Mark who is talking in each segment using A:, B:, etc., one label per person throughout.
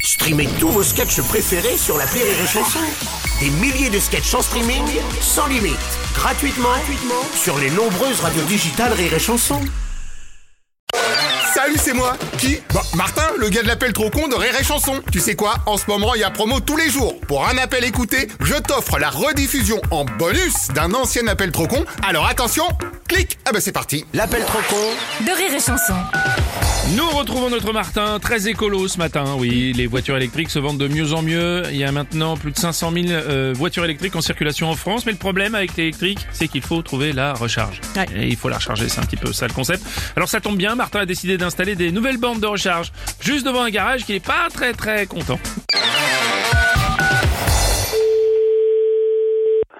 A: Streamez tous vos sketchs préférés sur la Rire et Chanson. Des milliers de sketchs en streaming, sans limite, gratuitement, gratuitement sur les nombreuses radios digitales Rire et Chanson.
B: Salut, c'est moi. Qui Bah, Martin, le gars de l'appel trop con de Rire et Chanson. Tu sais quoi En ce moment, il y a promo tous les jours. Pour un appel écouté, je t'offre la rediffusion en bonus d'un ancien appel trop con. Alors attention, clique. Ah bah c'est parti.
A: L'appel trop con
C: de rire et chanson.
D: Nous retrouvons notre Martin, très écolo ce matin. Oui, les voitures électriques se vendent de mieux en mieux. Il y a maintenant plus de 500 000 euh, voitures électriques en circulation en France. Mais le problème avec l'électrique, c'est qu'il faut trouver la recharge. Et il faut la recharger, c'est un petit peu ça le concept. Alors ça tombe bien, Martin a décidé d'installer des nouvelles bornes de recharge juste devant un garage qui n'est pas très très content.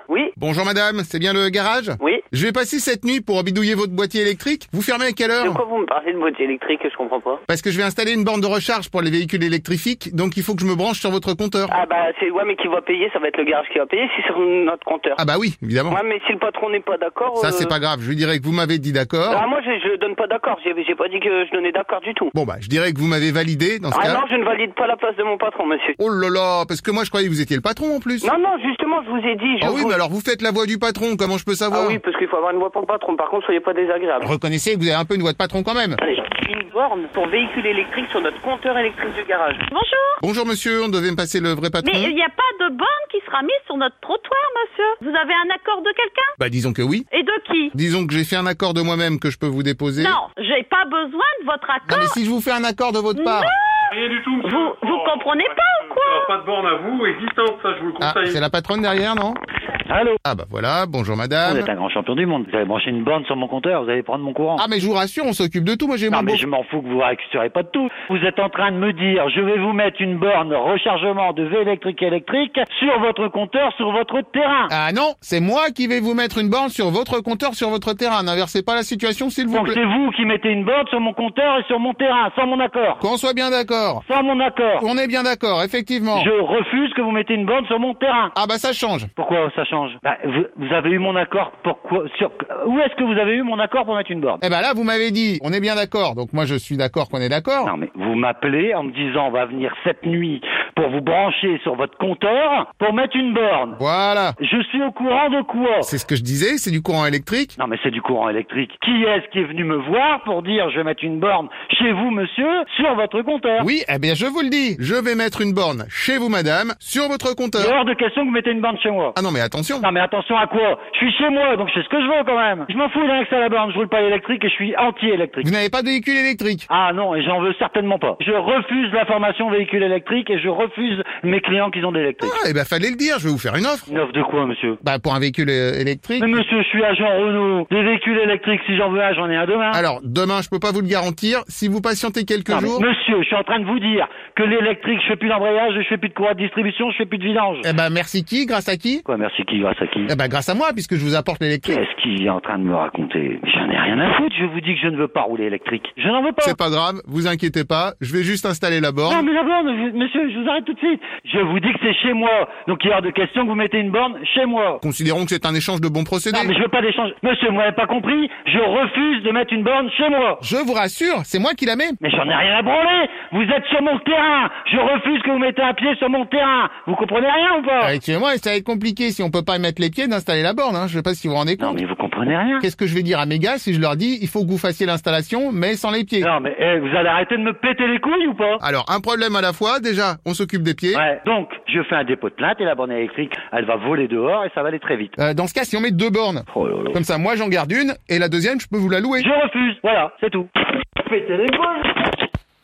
E: Oui,
B: Bonjour madame, c'est bien le garage
E: oui.
B: Je vais passer cette nuit pour bidouiller votre boîtier électrique. Vous fermez à quelle
E: De
B: heure
E: quoi vous me parlez de boîtier électrique Je comprends pas.
B: Parce que je vais installer une borne de recharge pour les véhicules électrifiques, donc il faut que je me branche sur votre compteur.
E: Ah bah c'est ouais mais qui va payer Ça va être le garage qui va payer. C'est sur notre compteur.
B: Ah bah oui, évidemment.
E: Ouais mais si le patron n'est pas d'accord.
B: Ça
E: euh,
B: c'est pas grave, je lui dirais que vous m'avez dit d'accord.
E: Ah moi je, je donne pas d'accord. J'ai j'ai pas dit que je donnais d'accord du tout.
B: Bon bah, je dirais que vous m'avez validé dans ce
E: Ah
B: cas.
E: non, je ne valide pas la place de mon patron, monsieur.
B: Oh là là, parce que moi je croyais que vous étiez le patron en plus.
E: Non non, justement je vous ai dit. Je
B: Ah oui,
E: vous-
B: mais alors vous faites la voix du patron, comment je peux
E: Ah
B: savoir
E: oui, parce qu'il faut avoir une voix pour le patron. Par contre, soyez pas désagréable.
B: Reconnaissez que vous avez un peu une voix de patron quand
E: Ah.
B: même.
E: Une borne pour véhicule électrique sur notre compteur électrique du garage.
F: Bonjour
B: Bonjour monsieur, on devait me passer le vrai patron.
F: Mais euh, il n'y a pas de borne qui sera mise sur notre trottoir, monsieur. Vous avez un accord de quelqu'un
B: Bah disons que oui.
F: Et de qui
B: Disons que j'ai fait un accord de moi-même que je peux vous déposer.
F: Non, j'ai pas besoin de votre
B: Non, mais
F: accord.
B: si je vous fais un accord de votre part.
G: Rien du tout, monsieur.
F: Vous- vous comprenez pas ou quoi
G: Alors, Pas de borne à vous, existante, ça je vous le
B: Ah,
G: conseille.
B: c'est la patronne derrière, non
H: Allô
B: Ah bah voilà, bonjour
H: Vous
B: madame.
H: êtes un grand champion du monde. Vous avez branché une borne sur mon compteur, vous allez prendre mon courant.
B: Ah mais je vous rassure, on s'occupe de tout, moi j'ai
H: non
B: mon beau.
H: mais je m'en fous que vous récupérez pas de tout. Vous êtes en train de me dire, je vais vous mettre une borne rechargement de V électrique électrique sur votre compteur, sur votre terrain.
B: Ah non, c'est moi qui vais vous mettre une borne sur votre compteur, sur votre terrain. N'inversez pas la situation, s'il vous
H: Donc
B: plaît.
H: c'est vous qui mettez une borne sur mon compteur et sur mon terrain, sans mon accord.
B: Qu'on soit bien d'accord.
H: Sans mon accord.
B: On est bien d'accord, effectivement.
H: Je refuse que vous mettez une borne sur mon terrain.
B: Ah bah ça change.
H: Pourquoi ça change Bah, vous, vous avez eu mon accord. Pourquoi sur Où est-ce que vous avez eu mon accord pour mettre une borne
B: Eh ben là, vous m'avez dit, on est bien d'accord. Donc moi, je suis d'accord qu'on est d'accord.
H: Non mais vous m'appelez en me disant on va venir cette nuit pour vous brancher sur votre compteur pour mettre une borne.
B: Voilà.
H: Je suis au courant de quoi
B: C'est ce que je disais, c'est du courant électrique.
H: Non mais c'est du courant électrique. Qui est-ce qui est venu me voir pour dire je vais mettre une borne chez vous monsieur sur votre compteur
B: Oui, eh bien je vous le dis, je vais mettre une borne chez vous madame, sur votre
H: Il est
B: compteur.
H: hors de question que vous mettez une borne chez moi.
B: Ah non mais attention.
H: Non mais attention à quoi Je suis chez moi donc je fais ce que je veux quand même. Je m'en fous d'un accès à la borne, je roule pas électrique et je suis anti-électrique.
B: Vous n'avez pas de véhicule électrique.
H: Ah non, et j'en veux certainement pas. Je refuse la formation véhicule électrique et je refuse mes clients qui ont de l'électrique.
B: Ah, eh ben fallait le dire, je vais vous faire une offre.
H: Une offre de quoi monsieur
B: Bah pour un véhicule euh, électrique.
H: Mais monsieur, je suis agent Renault. Des véhicules électriques, si j'en veux un, j'en ai un demain.
B: Alors demain, je peux pas vous le garantir. Si vous patientez quelques
H: Non, mais
B: jours,
H: monsieur, je suis en train de vous dire que l'électrique, je fais plus d'embrayage, je fais plus de courroie de distribution, je fais plus de vidange.
B: eh ben merci qui, grâce à qui
H: Quoi, merci qui, grâce à qui
B: Eh ben grâce à moi, puisque je vous apporte l'électrique.
H: Qu'est-ce qu'il est en train de me raconter J'en ai rien à foutre, je vous dis que je ne veux pas rouler électrique. Je n'en veux pas.
B: C'est pas grave, vous inquiétez pas, je vais juste installer la
H: Non,
B: borne.
H: mais la borne, je- monsieur, je vous arrête tout de suite. Je vous dis que c'est chez moi. Donc il est hors de question que vous mettez une borne chez moi.
B: Considérons que c'est un échange de bons procédés.
H: Non, mais je veux pas d'échange. Monsieur, vous m'avez pas compris, je refuse de mettre une borne chez moi.
B: Je vous rassure, c'est moi qui la mets.
H: Mais j'en ai rien à branler Vous êtes sur mon terrain Je refuse que vous mettez un pied sur mon terrain Vous comprenez rien ou pas
B: Effectivement, ça va être compliqué si on peut pas mettre les pieds d'installer la borne. Hein. Je sais pas si vous vous rendez
H: Non
B: compte.
H: mais vous comprenez rien
B: Qu'est-ce que je vais dire à mes gars si je leur dis il faut que vous fassiez l'installation mais sans les pieds
H: Non mais eh, vous allez arrêter de me péter les couilles ou pas
B: Alors un problème à la fois. Déjà, on s'occupe des pieds.
H: Ouais, donc je fais un dépôt de plainte et la borne électrique, elle va voler dehors et ça va aller très vite.
B: Euh, dans ce cas, si on met deux bornes,
H: Oh là là.
B: comme ça, moi j'en garde une et la deuxième, je peux vous la louer.
H: Je refuse, voilà, c'est tout. Pétez les couilles